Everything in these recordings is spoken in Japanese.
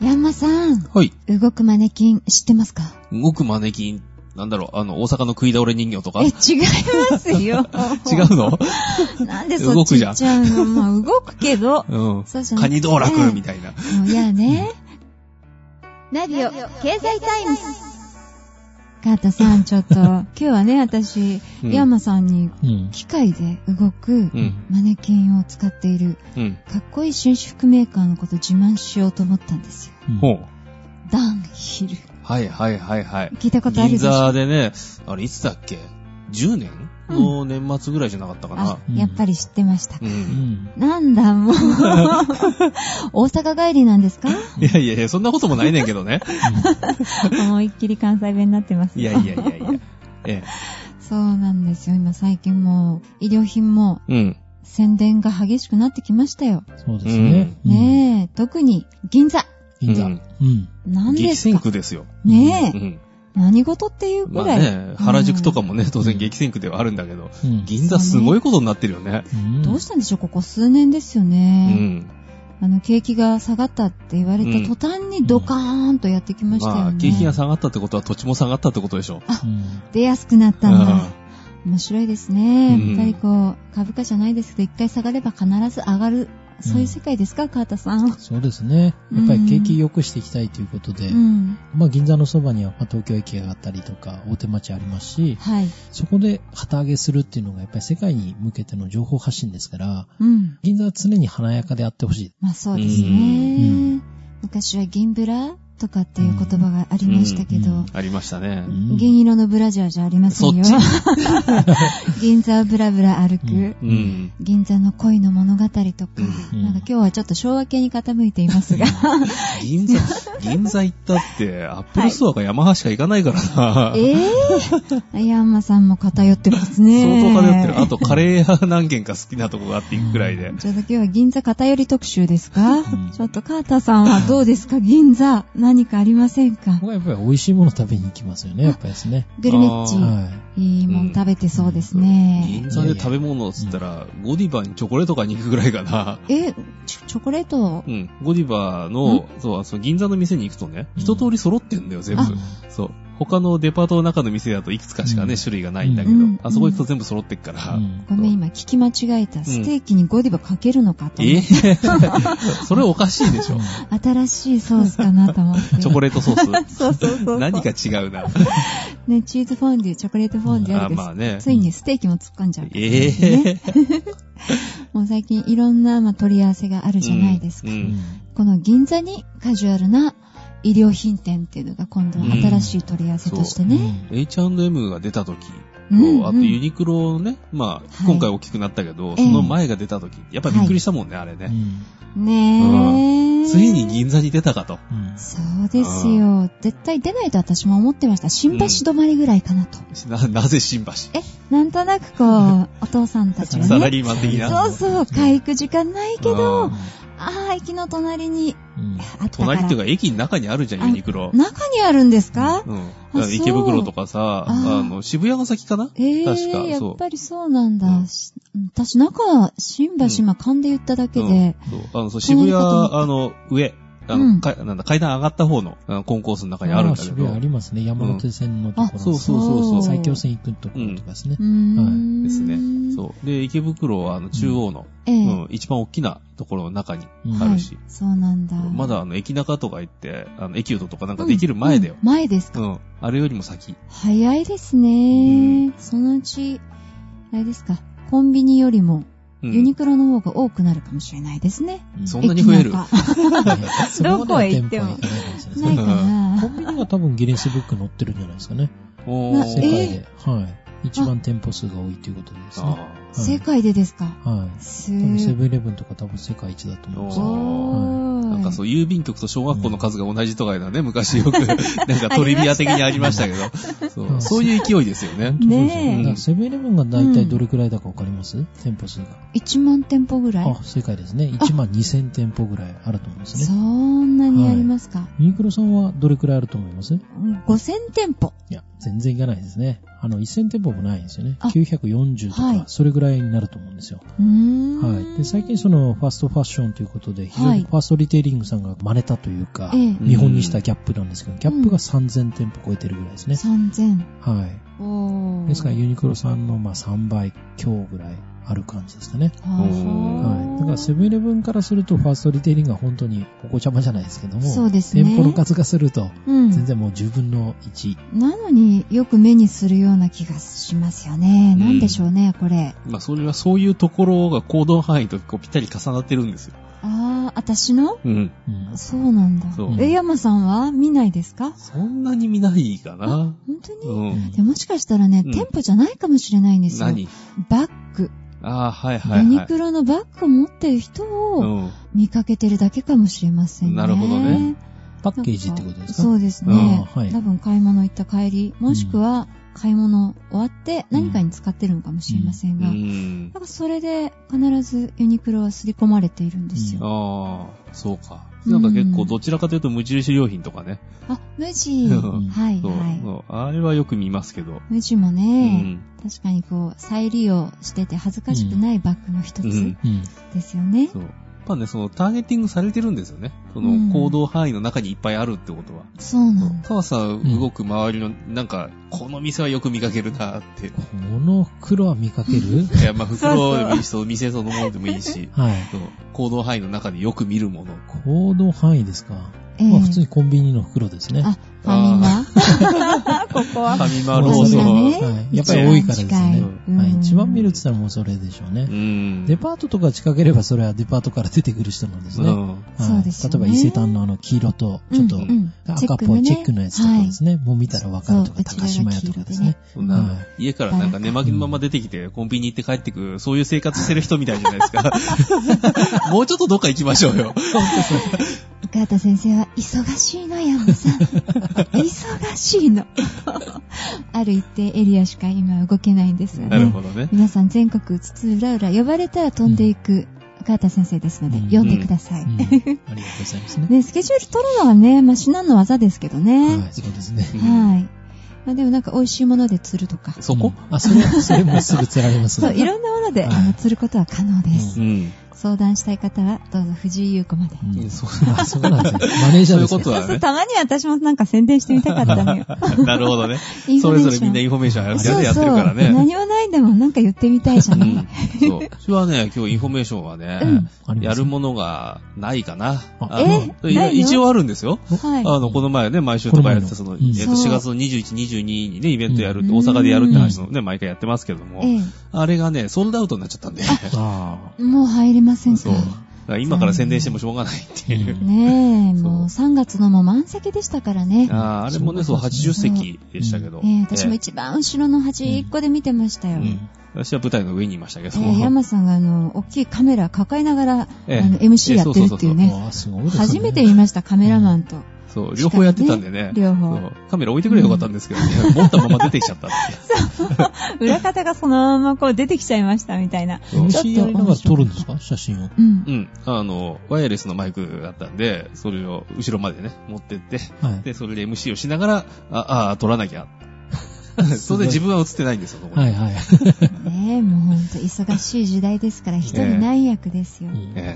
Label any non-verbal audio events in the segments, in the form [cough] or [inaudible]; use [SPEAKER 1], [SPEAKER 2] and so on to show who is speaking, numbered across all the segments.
[SPEAKER 1] 山さん、
[SPEAKER 2] はい。
[SPEAKER 1] 動くマネキン知ってますか
[SPEAKER 2] 動くマネキン、なんだろう、あの、大阪の食い倒れ人形とか [laughs]
[SPEAKER 1] え、違
[SPEAKER 2] 違
[SPEAKER 1] います
[SPEAKER 2] [laughs]
[SPEAKER 1] よ。
[SPEAKER 2] うの
[SPEAKER 1] う。なんでそっち行っちゃうのまあ動くけど。
[SPEAKER 2] うん。
[SPEAKER 1] そうじゃな
[SPEAKER 2] カ
[SPEAKER 1] くて
[SPEAKER 2] ニ道楽みたいな。
[SPEAKER 1] もういやね。ナビオ、経済タイムズ。カータさん、ちょ
[SPEAKER 2] [laughs]
[SPEAKER 1] っと、今日はね、私、
[SPEAKER 2] うん
[SPEAKER 1] ヤマさんに
[SPEAKER 2] うん。
[SPEAKER 1] 機械で動く
[SPEAKER 2] うん。
[SPEAKER 1] マネキンを使っている、
[SPEAKER 2] うん。
[SPEAKER 1] かっこいい紳士服メーカーのこと自慢しようと思ったんですよ。
[SPEAKER 2] ほう。
[SPEAKER 1] ダンヒル。
[SPEAKER 2] はいはいはいはい。
[SPEAKER 1] 聞いたことある
[SPEAKER 2] 銀
[SPEAKER 1] でしょ
[SPEAKER 2] 座でね、あれいつだっけ ?10 年の年末ぐらいじゃなかったか
[SPEAKER 1] あ
[SPEAKER 2] な。、
[SPEAKER 1] やっぱり知ってましたか
[SPEAKER 2] う。。
[SPEAKER 3] うんん。
[SPEAKER 1] なんだ
[SPEAKER 2] [laughs]
[SPEAKER 1] もう。大阪帰りなんですか
[SPEAKER 2] いやいやいや、そんなこともないねんけどね。
[SPEAKER 1] 思いっきり関西弁になってます。
[SPEAKER 2] [laughs] いやいやいやいや。 [laughs] え
[SPEAKER 1] そうなんですよ。今最近もう、医療品も
[SPEAKER 2] え。うん。
[SPEAKER 1] 宣伝が激しくなってきましたよ。
[SPEAKER 3] そうですね。え。
[SPEAKER 1] ねえ、特に銀座。
[SPEAKER 3] 銀座。
[SPEAKER 2] う
[SPEAKER 3] うんん。
[SPEAKER 1] 何
[SPEAKER 2] 激
[SPEAKER 1] です
[SPEAKER 2] 戦
[SPEAKER 1] か
[SPEAKER 2] 区ですよ。
[SPEAKER 1] ね
[SPEAKER 2] う
[SPEAKER 1] え、
[SPEAKER 2] ん。
[SPEAKER 1] 何事っていうく
[SPEAKER 2] まあ
[SPEAKER 1] らい。
[SPEAKER 2] ね、原宿とかもね、当然激戦区ではあるんだけど、
[SPEAKER 3] うん
[SPEAKER 2] 銀座すごいことになってるよね。
[SPEAKER 1] うんどう
[SPEAKER 3] し
[SPEAKER 1] したんでしょうここ数年ですよ
[SPEAKER 2] う
[SPEAKER 1] ね。
[SPEAKER 2] ん。
[SPEAKER 1] あの、景気が下がったって言われた途端にドカーンとやってきました
[SPEAKER 2] ま
[SPEAKER 1] よ
[SPEAKER 2] あ、
[SPEAKER 1] ね。
[SPEAKER 2] 景気が下がったってことは土地も下がったってことでしょ。
[SPEAKER 3] うん。
[SPEAKER 1] 出やすくなったんだ。
[SPEAKER 2] う
[SPEAKER 1] 面白いですね。
[SPEAKER 2] うん
[SPEAKER 1] やっぱりこう、株価じゃないですけど、一回下がれば必ず上がる。そういう世界ですか、カータさん。
[SPEAKER 3] そうですね。やっぱり景気良くしていきたいということで、
[SPEAKER 1] うん。
[SPEAKER 3] まあ銀座のそばにはまあ東京駅があったりとか、大手町ありますし、
[SPEAKER 1] はい。
[SPEAKER 3] そこで旗揚げするっていうのがやっぱり世界に向けての情報発信ですから、
[SPEAKER 1] うん。
[SPEAKER 3] 銀座は常に華やかであってほしい。
[SPEAKER 1] まあそうですね。
[SPEAKER 2] うん
[SPEAKER 1] 昔は銀ブラとかっていう言葉がありましたけど、
[SPEAKER 3] うんうん
[SPEAKER 2] ありましたね。
[SPEAKER 3] うん
[SPEAKER 1] 銀色のブラジャーじゃありませんよ
[SPEAKER 2] そっ。
[SPEAKER 1] [laughs] 銀座をブラブラ歩く、
[SPEAKER 3] うん
[SPEAKER 2] うん。
[SPEAKER 1] 銀座の恋の物語とか、
[SPEAKER 3] うん
[SPEAKER 1] なんか今日はちょっと昭和系に傾いていますが、
[SPEAKER 2] 銀座、銀座行ったって、アップルストアかヤマハしか行かないからな。
[SPEAKER 1] え [laughs] ぇ、ヤンマさんも偏ってますね。
[SPEAKER 2] 相当金持ってる。あと、カレー屋何軒か好きなとこがあって行くくらいで。
[SPEAKER 1] ちょっと今日は銀座偏り特集ですか、
[SPEAKER 3] ん
[SPEAKER 1] ちょっとカーターさんはどうですか銀座何かありませんか
[SPEAKER 3] 僕はやっぱり美味しいもの食べに行きますよね、やっぱりですね。
[SPEAKER 1] グルメッチ、
[SPEAKER 3] はい
[SPEAKER 1] いもん食べてそうですね。
[SPEAKER 2] 銀座で食べ物っつったら、ゴディバにチョコレート買いに行くくらいかな。
[SPEAKER 1] え、チョチョコレート
[SPEAKER 2] うん。ゴディバの、そう、その銀座の店に行くとね、
[SPEAKER 3] うん
[SPEAKER 2] 一通り揃ってんだよ、全部
[SPEAKER 1] あ。
[SPEAKER 2] そう。他のデパートの中の店だといくつかしかね、
[SPEAKER 3] うん
[SPEAKER 2] 種類がないんだけど
[SPEAKER 1] うん、
[SPEAKER 2] あそこ行くと全部揃ってっから
[SPEAKER 3] う。ん
[SPEAKER 1] ごめん、今聞き間違えた。ステーキにゴディバかけるのかと思
[SPEAKER 2] え
[SPEAKER 1] っ
[SPEAKER 2] え [laughs]
[SPEAKER 1] て、
[SPEAKER 2] それおかしいでしょ。
[SPEAKER 1] 新しいソースかなと思って。
[SPEAKER 2] チョコレートソース。
[SPEAKER 1] [laughs] そうそうそうそう。
[SPEAKER 2] 何か違うな。
[SPEAKER 1] ね、チーズフォンデュ、チョコレートフォンデュあ
[SPEAKER 2] あ
[SPEAKER 1] るです。
[SPEAKER 2] まあね。
[SPEAKER 1] ついにステーキも突っ込んじゃう。
[SPEAKER 2] ええ
[SPEAKER 1] ねもう最近いろんな、まあ、取り合わせがあるじゃないですか。
[SPEAKER 2] うん
[SPEAKER 3] うん
[SPEAKER 1] この銀座にカジュアルな医療品店っていうのが今度は新しい取り合わせとしてね。
[SPEAKER 2] H&M が出た時、
[SPEAKER 1] うんうん
[SPEAKER 2] あとユニクロのね、まあ、
[SPEAKER 1] はい
[SPEAKER 2] 今回大きくなったけど、
[SPEAKER 1] ええ
[SPEAKER 2] その前が出た時、やっぱびっくりしたもんね、あれね。
[SPEAKER 1] ねえ。
[SPEAKER 2] ついに銀座に出たかと。
[SPEAKER 3] うんうん
[SPEAKER 1] そうですよ。絶対出ないと私も思ってました。新橋止まりぐらいかなと。
[SPEAKER 2] な、なぜ新橋
[SPEAKER 1] え、なんとなくこう、お父さんたち
[SPEAKER 2] サ
[SPEAKER 1] が
[SPEAKER 2] ラ
[SPEAKER 1] ね。
[SPEAKER 2] リーマン的な。
[SPEAKER 1] そうそう、買い行く時間ないけど、
[SPEAKER 2] う
[SPEAKER 1] あ
[SPEAKER 2] ん
[SPEAKER 1] あ、駅の隣に
[SPEAKER 3] うん
[SPEAKER 1] あったから。
[SPEAKER 2] 隣っていうか駅の中にあるじゃん、
[SPEAKER 1] あ
[SPEAKER 2] ユニクロ。
[SPEAKER 1] 中にあるんですか
[SPEAKER 2] うん。
[SPEAKER 1] あそう
[SPEAKER 2] 池袋とかさ、
[SPEAKER 1] あ
[SPEAKER 2] あの、渋谷が先かな
[SPEAKER 1] ええ
[SPEAKER 2] 確か
[SPEAKER 1] や
[SPEAKER 2] そう
[SPEAKER 1] っぱりそうなんだ。
[SPEAKER 2] うん
[SPEAKER 1] し私、中、新橋今勘で言っただけで、
[SPEAKER 2] うんそうあのそう渋谷、
[SPEAKER 1] この中に
[SPEAKER 2] あの、上、あ
[SPEAKER 1] うん
[SPEAKER 2] の、かなんだ、階段上がった方の、あのコンコースの中にあるんだけ
[SPEAKER 3] 渋谷あ
[SPEAKER 2] ど。
[SPEAKER 3] りますね。山手線のとこ
[SPEAKER 1] あ
[SPEAKER 3] ろ。
[SPEAKER 2] そうそうそうそう
[SPEAKER 3] 埼京線行くところとかですね
[SPEAKER 1] う。ーん
[SPEAKER 2] ですね。そう。で、池袋は、あの、中央の、
[SPEAKER 1] ええ
[SPEAKER 2] うん、一番大きなところの中にあるし
[SPEAKER 1] はい、そうなんだ。
[SPEAKER 2] まだ、あの、駅中とか行って、あの、エキュートとかなんかできる前だよ
[SPEAKER 1] うん。前ですか、
[SPEAKER 2] うん。あれよりも先。
[SPEAKER 1] 早いです
[SPEAKER 2] う
[SPEAKER 1] ね。そのうち、あれですか、コンビニよりも、
[SPEAKER 2] うん
[SPEAKER 1] ユニクロの方が多くなるかもしれないですね。
[SPEAKER 3] うん
[SPEAKER 2] そんなに増える
[SPEAKER 1] 駅なんか
[SPEAKER 3] [laughs] そこまでは
[SPEAKER 1] どこへ行っても
[SPEAKER 3] 店舗は行かないかもしれな
[SPEAKER 1] ないい
[SPEAKER 3] で
[SPEAKER 1] か
[SPEAKER 3] すねコ
[SPEAKER 1] な。
[SPEAKER 3] ンビニは多分ギネスブック載ってるんじゃないですかね。
[SPEAKER 2] お
[SPEAKER 1] な
[SPEAKER 3] 世界
[SPEAKER 1] え
[SPEAKER 3] で。はい。一番店舗数が多いということですね。
[SPEAKER 2] あ
[SPEAKER 3] うん
[SPEAKER 1] 世界でですか。
[SPEAKER 3] はい。
[SPEAKER 1] す
[SPEAKER 3] 多分セブンイレブンとか多分世界一だと思うんですよ。
[SPEAKER 1] ごい。
[SPEAKER 2] ーなんかそう、郵便局と小学校の数が同じとかいうのはね、昔よく、なんかトリビア的にありましたけど、そうそういう勢いですよね。
[SPEAKER 1] ね
[SPEAKER 3] だ
[SPEAKER 1] え
[SPEAKER 3] からセブンイレブンが大体どれくらいだかわかります店舗数が。
[SPEAKER 1] 1万店舗ぐらい
[SPEAKER 3] あ、世界ですね。1万2000店舗ぐらいあると思うんです
[SPEAKER 1] そ
[SPEAKER 3] ね。
[SPEAKER 1] んなにありますか、
[SPEAKER 3] ユニクロさんはどれくらいあると思いますい
[SPEAKER 1] うん ?5000 店舗。
[SPEAKER 3] や、全然いかないですね。あの、1000店舗もないんですよね。
[SPEAKER 1] あ
[SPEAKER 3] 940と
[SPEAKER 1] はい
[SPEAKER 3] か、それぐらいになると思うんですよ。
[SPEAKER 1] うーん。
[SPEAKER 3] はい。で、最近その、ファストファッションということで、非常
[SPEAKER 1] はい
[SPEAKER 3] にファーストリテイリングさんが真似たというか、
[SPEAKER 1] ええ
[SPEAKER 3] 見本にしたギャップなんですけど、ギャップが3000店舗超えてるぐらいですね。
[SPEAKER 1] 3000。
[SPEAKER 3] はい。
[SPEAKER 1] おー。
[SPEAKER 3] ですから、ユニクロさんの、まあ、3倍強ぐらいある感じですかね。
[SPEAKER 1] はあ
[SPEAKER 3] はい。だから、セブンイレブンからすると、ファーストリテイリングは本当にお子ちゃまじゃないですけども、
[SPEAKER 1] そうですね
[SPEAKER 3] 店舗の数がすると、
[SPEAKER 1] うん。
[SPEAKER 3] 全然もう10分の1。
[SPEAKER 1] なのによく目にするような気がしますよね。
[SPEAKER 2] う
[SPEAKER 1] な
[SPEAKER 2] ん
[SPEAKER 1] んでしょうね、これ。
[SPEAKER 2] まあ、それはそういうところが行動範囲とこうぴったり重なってるんですよ。
[SPEAKER 1] あー、私の
[SPEAKER 2] うん。
[SPEAKER 3] うん
[SPEAKER 1] そうなんだ。
[SPEAKER 2] そう
[SPEAKER 1] え、山さんは見ないですか
[SPEAKER 2] そんなに見ないかな。
[SPEAKER 1] 本当に、
[SPEAKER 2] うん。
[SPEAKER 1] でもしかしたらね、
[SPEAKER 2] うん
[SPEAKER 1] 店舗じゃないかもしれないんですよ。
[SPEAKER 2] 何
[SPEAKER 1] バッグ。
[SPEAKER 2] ああ、はいはいは
[SPEAKER 1] ユ
[SPEAKER 2] い。
[SPEAKER 1] ニクロのバッグを持ってる人を
[SPEAKER 2] うん。
[SPEAKER 1] 見かけてるだけかもしれませんね。
[SPEAKER 2] なるほどね。
[SPEAKER 3] パッケージってことですか
[SPEAKER 1] そうですね。
[SPEAKER 3] あーはい
[SPEAKER 1] 多分買い物行った帰り、もしくは買い物終わって何かに使ってるのかもしれません
[SPEAKER 2] う
[SPEAKER 1] が、
[SPEAKER 2] ん
[SPEAKER 1] だ。からそれで必ずユニクロは刷り込まれているんですよ。
[SPEAKER 2] ああ、そうか。なんか結
[SPEAKER 1] う
[SPEAKER 2] 構
[SPEAKER 1] ん
[SPEAKER 2] どちらかというと無印良品とかね。
[SPEAKER 1] あ、無地。
[SPEAKER 2] うん
[SPEAKER 1] はい
[SPEAKER 2] そう
[SPEAKER 1] はい。
[SPEAKER 2] そうあれはよく見ますけど。
[SPEAKER 1] 無地も
[SPEAKER 2] う
[SPEAKER 1] ね、
[SPEAKER 2] ん。
[SPEAKER 1] 確かにこう、再利用してて恥ずかしくないバッグの一
[SPEAKER 2] う
[SPEAKER 1] つ
[SPEAKER 2] ん。
[SPEAKER 3] うん。
[SPEAKER 1] ですよね。
[SPEAKER 2] そう。やっぱね、そのターゲティングされてるんですよね。そ
[SPEAKER 1] うん
[SPEAKER 2] の行動範囲の中にいっぱいあるってことは。
[SPEAKER 1] そうなんだ。
[SPEAKER 2] 母さん
[SPEAKER 3] ん
[SPEAKER 2] 動く周りの、なんか、この店はよく見かけるなって。
[SPEAKER 3] この袋は見かける
[SPEAKER 2] いや、まあ、袋でもいいし、その店そのものでもいい
[SPEAKER 3] [laughs]
[SPEAKER 2] し、
[SPEAKER 3] はい。
[SPEAKER 2] そう行動範囲の中でよく見るもの。
[SPEAKER 3] 行動範囲ですか。
[SPEAKER 1] ええ
[SPEAKER 3] まあ普通にコンビニの袋ですね。
[SPEAKER 1] あ、ファミマここ
[SPEAKER 2] フ
[SPEAKER 1] は。
[SPEAKER 2] ァミマ
[SPEAKER 1] あ
[SPEAKER 2] ロ
[SPEAKER 1] の
[SPEAKER 2] ー
[SPEAKER 1] そ
[SPEAKER 2] ソ
[SPEAKER 1] うだね
[SPEAKER 3] はい。やっぱり多いからです
[SPEAKER 1] 近い
[SPEAKER 3] ね。
[SPEAKER 1] うん
[SPEAKER 3] はい。一番見るって言ったらもうそれでしょう
[SPEAKER 2] う
[SPEAKER 3] ね。
[SPEAKER 2] ん。
[SPEAKER 3] デパートとか近ければそれはデパートから出てくる人なんですね。
[SPEAKER 2] う
[SPEAKER 3] はい
[SPEAKER 2] ん。
[SPEAKER 1] そうですよね
[SPEAKER 3] 例えば伊勢丹のあの黄色と、ちょっと
[SPEAKER 1] うんうん
[SPEAKER 3] 赤っぽいチェックのやつとかです
[SPEAKER 1] ね。
[SPEAKER 3] ね。もう見たらわかると
[SPEAKER 1] そう
[SPEAKER 3] か、高島屋とかですね。
[SPEAKER 2] そんな
[SPEAKER 3] は
[SPEAKER 2] 家からなんか寝巻きのまま出てきて、コンビニ行って帰ってく、そういう生活してる人みたいじゃないですか。もうちょっとどっか行きましょうよ。
[SPEAKER 1] はい。岡田先生は、忙しいの、山
[SPEAKER 2] [laughs]
[SPEAKER 1] さん。忙しいの。 [laughs] ある一定エリアしか今動けないんですよね。
[SPEAKER 2] なるほどね。
[SPEAKER 1] 皆さん全国津々浦々呼ばれたら飛んでいく岡畑先生ですので、
[SPEAKER 3] うん
[SPEAKER 1] 読んでください、 [laughs]
[SPEAKER 3] うんありがとうございますね。
[SPEAKER 1] ね、スケジュール取るのはね、まあ、至難の技ですけど
[SPEAKER 3] は
[SPEAKER 1] ね。
[SPEAKER 3] い、そうですね。
[SPEAKER 1] はい。
[SPEAKER 2] い
[SPEAKER 1] まあ、でもなんか美味しいもので釣るとか。
[SPEAKER 2] そこ
[SPEAKER 3] うんあ、それ、それもすぐ釣られます
[SPEAKER 1] そう、
[SPEAKER 3] ね。
[SPEAKER 1] いろんなもので、
[SPEAKER 3] はい
[SPEAKER 1] あの釣ることは可能です、
[SPEAKER 2] うん。
[SPEAKER 1] 相談したい方は、どうぞ藤井優子まで。
[SPEAKER 3] うん
[SPEAKER 2] そう
[SPEAKER 3] あそうなんですね。マネージャーです
[SPEAKER 2] そういうこと
[SPEAKER 3] ね
[SPEAKER 1] そう
[SPEAKER 2] だ
[SPEAKER 1] そう、
[SPEAKER 2] ね。
[SPEAKER 1] たまには私もなんか宣伝してみたかったの
[SPEAKER 2] [laughs]
[SPEAKER 1] よ。
[SPEAKER 2] なるほどね。
[SPEAKER 1] インフ
[SPEAKER 2] そ
[SPEAKER 1] ォ
[SPEAKER 2] れ
[SPEAKER 1] メ
[SPEAKER 2] ぞ
[SPEAKER 1] ー
[SPEAKER 2] れ
[SPEAKER 1] シ
[SPEAKER 2] みんなイ
[SPEAKER 1] ョン。
[SPEAKER 2] ンフォメーションやって
[SPEAKER 1] そ
[SPEAKER 2] や
[SPEAKER 1] う
[SPEAKER 2] って
[SPEAKER 1] そう
[SPEAKER 2] るからね。
[SPEAKER 1] 何もないでもなんか言ってみたいじゃ
[SPEAKER 2] う
[SPEAKER 1] ない、
[SPEAKER 2] ん。そう。私はね、今日インフォメーションはね、
[SPEAKER 3] あります
[SPEAKER 2] やるものがないかな。
[SPEAKER 3] あ
[SPEAKER 2] あの
[SPEAKER 1] えないの
[SPEAKER 2] 一応あるんですよ。
[SPEAKER 1] はい。
[SPEAKER 2] あの、この前ね、毎週とかやってた、その、
[SPEAKER 3] こ
[SPEAKER 2] え
[SPEAKER 3] の前の
[SPEAKER 2] っと、
[SPEAKER 1] うん
[SPEAKER 2] 4月の21、22にね、イベントやるって、
[SPEAKER 1] うん
[SPEAKER 2] 大阪でやるって話のね、毎回やってますけども、
[SPEAKER 1] え
[SPEAKER 2] あれがね、ソールドアウトになっちゃったんで、
[SPEAKER 3] あ
[SPEAKER 1] え、もう入れませんか
[SPEAKER 2] そう。だから今から宣伝してもしょうがないっていうう。
[SPEAKER 3] ん
[SPEAKER 1] ねえ、
[SPEAKER 2] そう
[SPEAKER 1] もう3月のも満席でしたからね。
[SPEAKER 2] あーあれもね、そう、
[SPEAKER 3] そう
[SPEAKER 2] 80席でしたけど、
[SPEAKER 1] ええ私も
[SPEAKER 2] え
[SPEAKER 1] 一番後ろの端っこで見てましたよ。
[SPEAKER 2] う
[SPEAKER 1] え
[SPEAKER 2] ん私は舞台の上にいましたけど
[SPEAKER 1] え
[SPEAKER 2] も。
[SPEAKER 1] 山さんがあの、大きいカメラ抱えながら、
[SPEAKER 2] ええ
[SPEAKER 1] あの、MC やってるっていう
[SPEAKER 3] あ。
[SPEAKER 1] ね。
[SPEAKER 3] わあ、すごいですね。
[SPEAKER 1] 初めて見ました、カメラマンと。
[SPEAKER 2] そう、両方やってたんでね。
[SPEAKER 1] 両方
[SPEAKER 2] そうカメラ置いてくればよかったんですけどね、持ったまま出てきちゃったっていう。
[SPEAKER 1] 裏方がそのままこう出てきちゃいましたみたいな。
[SPEAKER 2] そう
[SPEAKER 3] MC やりながら撮るんですか写真を。
[SPEAKER 1] うん
[SPEAKER 2] う。ん。あの、ワイヤレスのマイクだったんで、それを後ろまでね、持ってって、
[SPEAKER 3] はい。
[SPEAKER 2] で、それで MC をしながら、あ、あ、撮らな
[SPEAKER 1] [laughs]
[SPEAKER 2] きゃ。それで自分は映ってないんですよ、そこに
[SPEAKER 3] はいはい。
[SPEAKER 1] ねえ、もうほんと忙しい時代ですから、一人何役ですよ。
[SPEAKER 2] え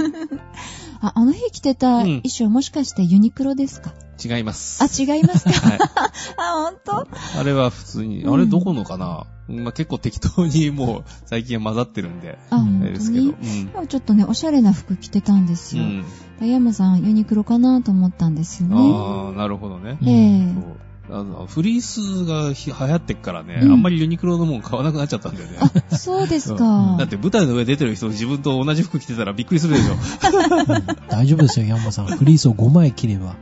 [SPEAKER 1] あ、あの日着てた衣装もしかしてユニクロですか、
[SPEAKER 2] え違いま
[SPEAKER 1] あ、
[SPEAKER 2] す。
[SPEAKER 1] 違いますか
[SPEAKER 2] はい。
[SPEAKER 1] [laughs] あ、ほんと
[SPEAKER 2] あれは普通に、
[SPEAKER 1] うん
[SPEAKER 2] あれどこのかな、まあ、結構適当にもう最近は混ざってるんで、
[SPEAKER 1] あ、ほ
[SPEAKER 3] うん
[SPEAKER 2] あ
[SPEAKER 1] と
[SPEAKER 2] れですけど。う
[SPEAKER 1] に。
[SPEAKER 2] ん。
[SPEAKER 1] 今日ちょっとね、おしゃれな服着てたんです
[SPEAKER 2] う
[SPEAKER 1] よ。
[SPEAKER 2] ん。
[SPEAKER 1] で山さん、ユニクロかなと思ったんですよね。
[SPEAKER 2] ああ、なるほどね。
[SPEAKER 1] え
[SPEAKER 2] そ
[SPEAKER 1] え
[SPEAKER 2] うあのフリースがひ流行ってっからね、
[SPEAKER 1] うん
[SPEAKER 2] あんまりユニクロのもん買わなくなっちゃったんだよね。
[SPEAKER 1] あ、そうですか
[SPEAKER 2] だ。って舞台の上出てる人自分と同じ服着てたらびっくりするで
[SPEAKER 1] [laughs]
[SPEAKER 2] しょ。
[SPEAKER 3] うん大丈夫ですよ、ヤンマさん。フリースを5枚切れば。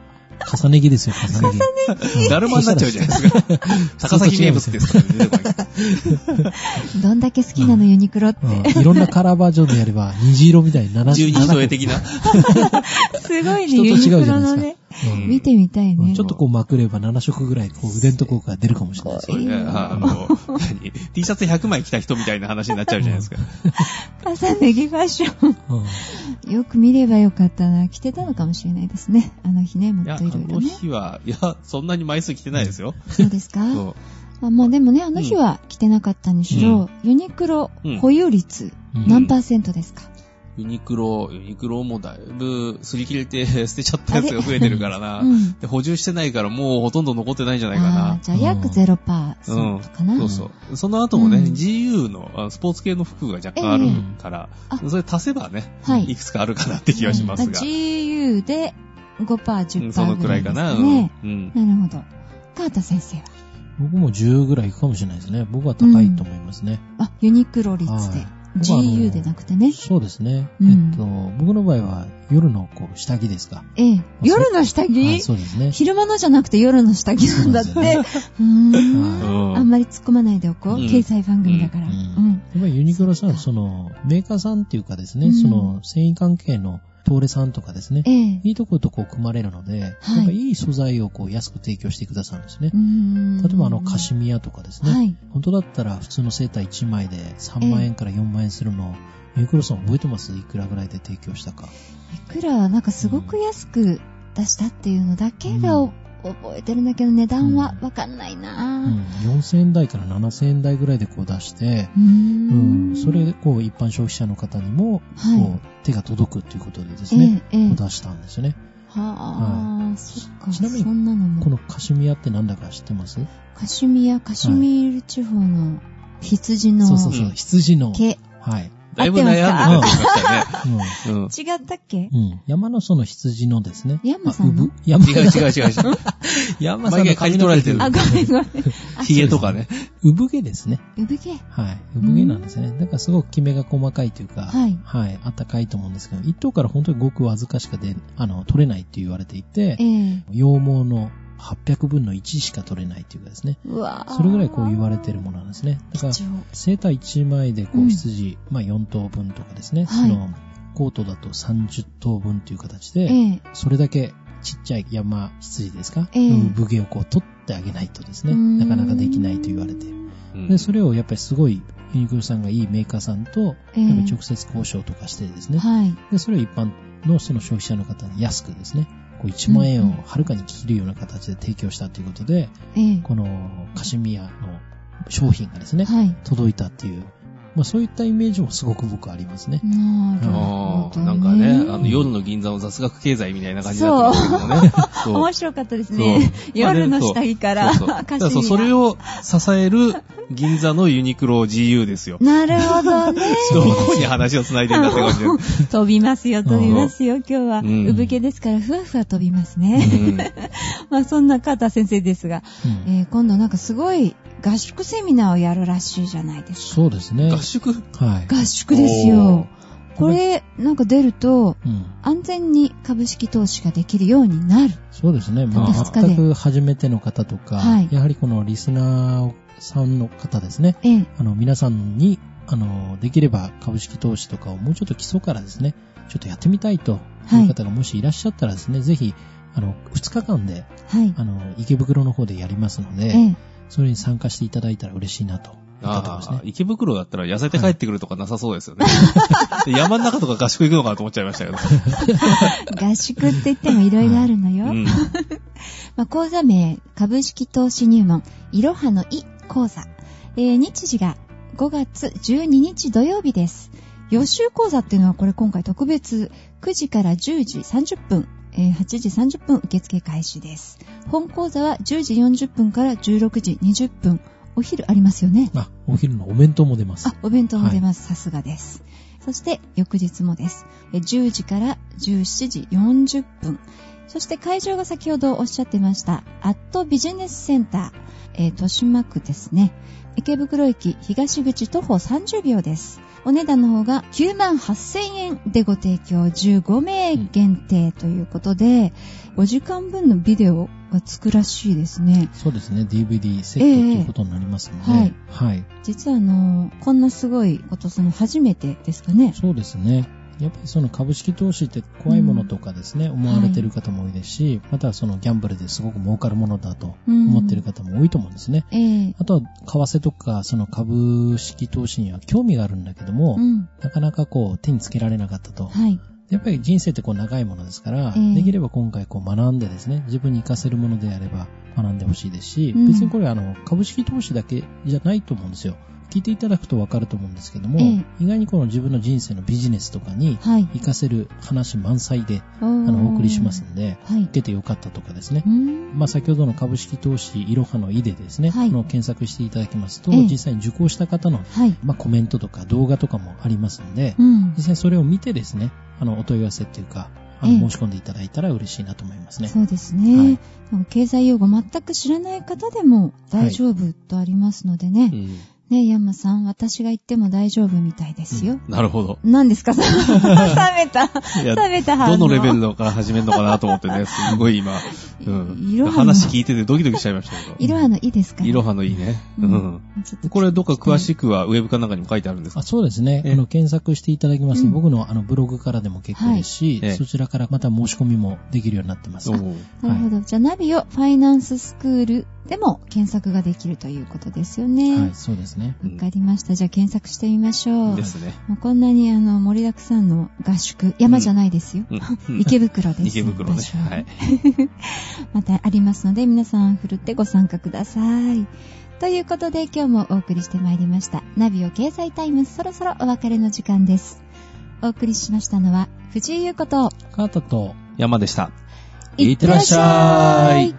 [SPEAKER 3] 重ね着ですよ、重ね着。
[SPEAKER 2] だるまになっちゃうじゃないですか。
[SPEAKER 1] [laughs]
[SPEAKER 2] 高崎名物ですからね出てこない。
[SPEAKER 1] どんだけ好きなの、ユニクロって。
[SPEAKER 3] うんいろんなカラーバージョンでやれば、虹色みたいになら
[SPEAKER 2] 十二人絵的な。
[SPEAKER 1] [laughs] すごいね、
[SPEAKER 3] 人と
[SPEAKER 1] ユ
[SPEAKER 3] 違う
[SPEAKER 1] ニ
[SPEAKER 3] じゃない
[SPEAKER 1] ク
[SPEAKER 3] ですか
[SPEAKER 1] ロのね。
[SPEAKER 2] うん
[SPEAKER 1] 見てみたいね
[SPEAKER 3] ちょ。っとこうまくれば7色ぐらい、こう腕のところから出るかもしれないです
[SPEAKER 2] そう
[SPEAKER 3] ね。
[SPEAKER 2] ねあの、 [laughs] 何 ?T シャツ100枚着た人みたいな話になっちゃうじゃな
[SPEAKER 1] [laughs]
[SPEAKER 2] いですか。
[SPEAKER 1] 重ね着ファッショ
[SPEAKER 3] うん
[SPEAKER 1] ン。 [laughs] よく見ればよかったな。着てたのかもしれないですね。あの日ね、も
[SPEAKER 2] いや、
[SPEAKER 1] っ
[SPEAKER 2] あ
[SPEAKER 1] といろいろ
[SPEAKER 2] の
[SPEAKER 1] ね。
[SPEAKER 2] 日は、いや、そんなに枚数着てないですよ。
[SPEAKER 1] そうですか
[SPEAKER 2] そ
[SPEAKER 1] あまあでもね、あの日は着てなかったにしろ、ユニクロ
[SPEAKER 2] うん
[SPEAKER 1] 保有率
[SPEAKER 3] うん
[SPEAKER 1] 何パーセントですか、
[SPEAKER 2] ユニクロ、ユニクロもだいぶ擦り切れて捨てちゃったやつが増えてるからな。
[SPEAKER 1] うん
[SPEAKER 2] で補充してないからもうほとんど残ってないんじゃないか
[SPEAKER 1] あ
[SPEAKER 2] な
[SPEAKER 1] あ、。じゃあ約
[SPEAKER 3] うん
[SPEAKER 1] 0%パーセントかな、
[SPEAKER 2] そうそう。その後もね、
[SPEAKER 1] うん
[SPEAKER 2] GU のあのスポーツ系の服が若干あるから、
[SPEAKER 1] ええ
[SPEAKER 2] それ足せばね、
[SPEAKER 1] はい
[SPEAKER 2] い、くつかあるかなって気がしますが、
[SPEAKER 1] GU で5%、
[SPEAKER 2] うん
[SPEAKER 1] 10%
[SPEAKER 2] その
[SPEAKER 1] ぐ
[SPEAKER 2] くら
[SPEAKER 1] ら
[SPEAKER 2] い
[SPEAKER 1] い
[SPEAKER 2] か
[SPEAKER 1] ですか
[SPEAKER 2] な。う
[SPEAKER 1] ね
[SPEAKER 2] ん。。うん
[SPEAKER 1] なるほど。川田先生は
[SPEAKER 3] 僕も10ぐらいいくかもしれないですね。僕は高いと思いますね。
[SPEAKER 1] あ、ユニクロ率で。
[SPEAKER 3] はい僕はあの
[SPEAKER 1] GU でなくてね。
[SPEAKER 3] そうですね。
[SPEAKER 1] うん
[SPEAKER 3] えっと、僕の場合は夜のこう下着ですか。
[SPEAKER 1] ええ。夜の下
[SPEAKER 3] は
[SPEAKER 1] 着
[SPEAKER 3] いそうですね。
[SPEAKER 1] 昼間のじゃなくて夜の下着なんだって。
[SPEAKER 3] そうなん
[SPEAKER 1] うーん。
[SPEAKER 2] うん
[SPEAKER 1] あんまり突っ込まないでおこう。
[SPEAKER 2] うん
[SPEAKER 1] 経済番組だから。う
[SPEAKER 3] うん
[SPEAKER 1] ん。
[SPEAKER 3] やっぱりユニクロさん、その、メーカーさんっていうかですね、
[SPEAKER 1] うん
[SPEAKER 3] その、繊維関係の東レさんとかですね、
[SPEAKER 1] ええ。
[SPEAKER 3] いいとことこう組まれるので、やっ
[SPEAKER 1] はい
[SPEAKER 3] ぱいい素材をこう安く提供してくださるんですね
[SPEAKER 1] う。ん
[SPEAKER 3] 例えばあの、カシミヤとかですね、
[SPEAKER 1] はい。
[SPEAKER 3] 本当だったら普通のセーター1枚で3万円から4万円するのを、ユニクロさん覚えてますいくらぐらいで提供したか。
[SPEAKER 1] いくら、なんかすごく安く出したっていうのだけが
[SPEAKER 3] うん
[SPEAKER 1] 覚えてるんだけど、値段は
[SPEAKER 3] うん、
[SPEAKER 1] わかんないうなん
[SPEAKER 3] 4000円台から7000円台ぐらいでこう出して、
[SPEAKER 1] ぁ。う
[SPEAKER 3] うんん、それでこう一般消費者の方にも、
[SPEAKER 1] はい
[SPEAKER 3] こう手が届くということでですね、
[SPEAKER 1] ええええ
[SPEAKER 3] こう出したんですよね。
[SPEAKER 1] はあ、そっか。
[SPEAKER 3] ちなみに
[SPEAKER 1] そんなのも
[SPEAKER 3] こ。のカシミヤってなんだか知ってます
[SPEAKER 1] カシミヤ、カシミール地方の羊の
[SPEAKER 3] そうそうそう、
[SPEAKER 2] うん
[SPEAKER 3] 羊の。
[SPEAKER 1] 毛。違っ
[SPEAKER 3] はい。
[SPEAKER 2] だいぶ悩んでました
[SPEAKER 1] [laughs]
[SPEAKER 2] ね。うん
[SPEAKER 1] たっけ
[SPEAKER 3] うん。うん。山のその羊のですね。
[SPEAKER 1] 山さん
[SPEAKER 3] あ
[SPEAKER 1] の
[SPEAKER 3] 産山
[SPEAKER 2] 違う違う違う違う。
[SPEAKER 3] 山
[SPEAKER 2] 毎回刈り取られてる
[SPEAKER 1] あ、ごめんごめん。あ
[SPEAKER 2] ヒゲとかね。
[SPEAKER 3] 産毛ですね。
[SPEAKER 1] 産毛。
[SPEAKER 3] はい。産毛なんですね。だからすごくキメが細かいというか、
[SPEAKER 1] はい
[SPEAKER 3] はい。あったかいと思うんですけど、一頭から本当にごくわずかしかで、あの、取れないって言われていて、
[SPEAKER 1] ええ。
[SPEAKER 3] 羊毛の800分の1しか取れないというかですね。
[SPEAKER 1] うわぁ
[SPEAKER 3] それぐらいこう言われてるものなんですね。だから、
[SPEAKER 1] 貴重
[SPEAKER 3] セーター1枚でこ
[SPEAKER 1] うん
[SPEAKER 3] う羊、まあ4頭分とかですね、
[SPEAKER 1] はい
[SPEAKER 3] そのコートだと30頭分という形で、
[SPEAKER 1] ええ。
[SPEAKER 3] それだけちっちゃい山羊ですか、
[SPEAKER 1] ええ
[SPEAKER 3] の産毛をこう取ってあげないとですね、
[SPEAKER 1] うーん
[SPEAKER 3] なかなかできないと言われてる。で、それをやっぱりすごいユニクロさんがいいメーカーさんと、
[SPEAKER 1] ええ
[SPEAKER 3] やっぱり直接交渉とかしてですね、
[SPEAKER 1] はい。
[SPEAKER 3] で、それを一般のその消費者の方に安くですね、こう1万円をはるかに切るような形で提供したということで、
[SPEAKER 1] ええ。
[SPEAKER 3] このカシミヤの商品がですね、
[SPEAKER 1] はい。
[SPEAKER 3] 届いたっていう、まあ、そういったイメージもすごく僕はありますね。
[SPEAKER 1] なる
[SPEAKER 2] あ
[SPEAKER 1] ほ
[SPEAKER 2] あ、
[SPEAKER 1] ど。
[SPEAKER 2] なんかね、あの、夜の銀座の雑学経済みたいな感じだったんですけどね。そう
[SPEAKER 1] 面白かったですね。夜の下着から、
[SPEAKER 2] そうそうだ
[SPEAKER 1] カ
[SPEAKER 2] か
[SPEAKER 1] シ
[SPEAKER 2] らそう、そ
[SPEAKER 1] ミ
[SPEAKER 2] れ
[SPEAKER 1] ヤ。
[SPEAKER 2] を支える銀座のユニクロ GU です [laughs] よ。
[SPEAKER 1] なるほどね。
[SPEAKER 2] どこに話を繋いでんだって感じで。
[SPEAKER 1] 飛びますよ、飛びますよ。今日は、
[SPEAKER 2] うん
[SPEAKER 1] 産毛ですから、ふわふわ飛びますね。
[SPEAKER 2] うん
[SPEAKER 1] まあ、そんな川田先生ですが、
[SPEAKER 3] うん
[SPEAKER 1] えー今度なんかすごい合宿セミナーをやるらしいじゃないです
[SPEAKER 3] そうですね。
[SPEAKER 2] 合宿
[SPEAKER 3] 宿。はい。
[SPEAKER 1] か。合宿ですよ。これ、なんか出ると、
[SPEAKER 3] うん。
[SPEAKER 1] 安全に株式投資ができるようになる。
[SPEAKER 3] そうですね。ま
[SPEAKER 1] た
[SPEAKER 3] あ
[SPEAKER 1] った、二日で
[SPEAKER 3] 全く初めての方とか、
[SPEAKER 1] はい
[SPEAKER 3] やはりこのリスナーさんの方ですね。
[SPEAKER 1] ええ。
[SPEAKER 3] あの、皆さんに、あの、できれば株式投資とかをもうちょっと基礎からですね、ちょっとやってみたいという方がもしいらっしゃったらですね、ぜひ、あの、2日間で、
[SPEAKER 1] はい。
[SPEAKER 3] あの、池袋の方でやりますので、
[SPEAKER 1] ええ。
[SPEAKER 3] それに参加していただいたら嬉しいなと思って
[SPEAKER 2] あ
[SPEAKER 3] ます
[SPEAKER 2] あ
[SPEAKER 3] ね、。
[SPEAKER 2] 池袋だったら痩せて帰ってくるとかなさそうですよね。で山の中とか合宿行くのかなと思っちゃいましたけど。
[SPEAKER 1] 合宿って言ってもいろいろあるのよ。
[SPEAKER 2] うん
[SPEAKER 1] まあ、講座名、株式投資入門、いろはのい講座。えー日時が5月12日土曜日です。予習講座っていうのはこれ今回特別9時から10時30分、えー8時30分受付開始です。本講座は10時40分から16時20分。お昼ありますよね。
[SPEAKER 3] あ、お昼のお弁当も出ます
[SPEAKER 1] あ。、お弁当も出ます。さすがです。そして、翌日もです。え10時から17時40分。そして会場が先ほどおっしゃってました、アットビジネスセンター、えー豊島区ですね。池袋駅東口徒歩30秒です。お値段の方が9万8000円でご提供15名限定ということで、5時間分のビデオがつくらしいですね。
[SPEAKER 3] そうですね、DVD セットっていうことになりますので、
[SPEAKER 1] ええ
[SPEAKER 3] はい、
[SPEAKER 1] 実はあの、こんなすごいこと、その初めてですかね。
[SPEAKER 3] そうですね。やっぱりその株式投資って怖いものとかですね、思われてる方も多いですし、またはそのギャンブルですごく儲かるものだと思ってる方も多いと思うんですね。
[SPEAKER 1] ええ
[SPEAKER 3] あとは、為替とか、その株式投資には興味があるんだけども、
[SPEAKER 1] うん。
[SPEAKER 3] なかなかこう手につけられなかったと。
[SPEAKER 1] はい。
[SPEAKER 3] でやっぱり人生ってこう長いものですから、
[SPEAKER 1] ええ
[SPEAKER 3] できれば今回こう学んでですね、自分に活かせるものであれば学んでほしいですし、
[SPEAKER 1] うん
[SPEAKER 3] 別にこれはあの、株式投資だけじゃないと思うんですよ。聞いていただくとわかると思うんですけども、
[SPEAKER 1] ええ
[SPEAKER 3] 意外にこの自分の人生のビジネスとかに
[SPEAKER 1] はい。
[SPEAKER 3] 活かせる話満載で、
[SPEAKER 1] あ
[SPEAKER 3] あの、お送りします。んで、
[SPEAKER 1] はい。
[SPEAKER 3] 出てよかったとかですね
[SPEAKER 1] う。ん。
[SPEAKER 3] まあ、先ほどの株式投資いろはのいでですね、
[SPEAKER 1] はい
[SPEAKER 3] この検索していただきますと、
[SPEAKER 1] ええ
[SPEAKER 3] 実際に受講した方の、
[SPEAKER 1] はい。
[SPEAKER 3] まあ、コメントとか動画とかもありますので、
[SPEAKER 1] うん
[SPEAKER 3] 実。際それを見てですね、あの、お問い合わせっていうか、あの
[SPEAKER 1] ええ
[SPEAKER 3] 申し込んでいただいたら嬉しいなと思いますね。
[SPEAKER 1] そうです
[SPEAKER 3] は
[SPEAKER 1] ね
[SPEAKER 3] い。
[SPEAKER 1] でも経済用語全く知らない方でも大丈夫とありますのでね。
[SPEAKER 2] うん
[SPEAKER 1] ね、ヤンマさん、私が言っても大丈夫みたいですよ。
[SPEAKER 2] なるほど。
[SPEAKER 1] 何ですか冷めた。
[SPEAKER 2] いや
[SPEAKER 1] 冷めた反応
[SPEAKER 2] どのレベルのから始めるのかなと思ってね、すごい今、うん
[SPEAKER 1] いいろはの
[SPEAKER 2] 話聞いててドキドキしちゃいましたけ
[SPEAKER 1] いろはのいいですか
[SPEAKER 2] ど。いろはのいいね。
[SPEAKER 1] う
[SPEAKER 2] うんん。
[SPEAKER 1] ちょっと
[SPEAKER 2] これどっか詳しくはウェブかなんかにも書いてあるんですか
[SPEAKER 3] あそうですね、
[SPEAKER 2] ええ
[SPEAKER 3] あの検索していただきますと、
[SPEAKER 1] うん
[SPEAKER 3] 僕のあのブログからでも結構ですし、
[SPEAKER 2] はいええ
[SPEAKER 3] そちらからまた申し込みもできるようになってます。
[SPEAKER 2] おう
[SPEAKER 1] なるほど。じゃあ、ナビをファイナンススクールでも検索ができるということですよね。
[SPEAKER 3] はい、そうですね。
[SPEAKER 1] わかりました。じゃあ検索してみましょう。
[SPEAKER 2] ですね。
[SPEAKER 1] もうこんなにあの盛りだくさんの合宿、山じゃないですよ。
[SPEAKER 2] うん
[SPEAKER 1] 池袋です。
[SPEAKER 2] [laughs] 池袋ね
[SPEAKER 1] 場。所は
[SPEAKER 2] はい。
[SPEAKER 1] またありますので、皆さん振るってご参加ください。ということで、今日もお送りしてまいりました。ナビオ経済タイム、そろそろお別れの時間です。お送りしましたのは、藤井優子と、
[SPEAKER 3] カータと
[SPEAKER 2] 山でした。
[SPEAKER 1] い
[SPEAKER 2] い
[SPEAKER 1] っ
[SPEAKER 2] ってて
[SPEAKER 1] ら
[SPEAKER 2] ら
[SPEAKER 1] っ
[SPEAKER 2] っ
[SPEAKER 1] し
[SPEAKER 2] し
[SPEAKER 1] ゃ
[SPEAKER 2] ゃ
[SPEAKER 1] い
[SPEAKER 2] い。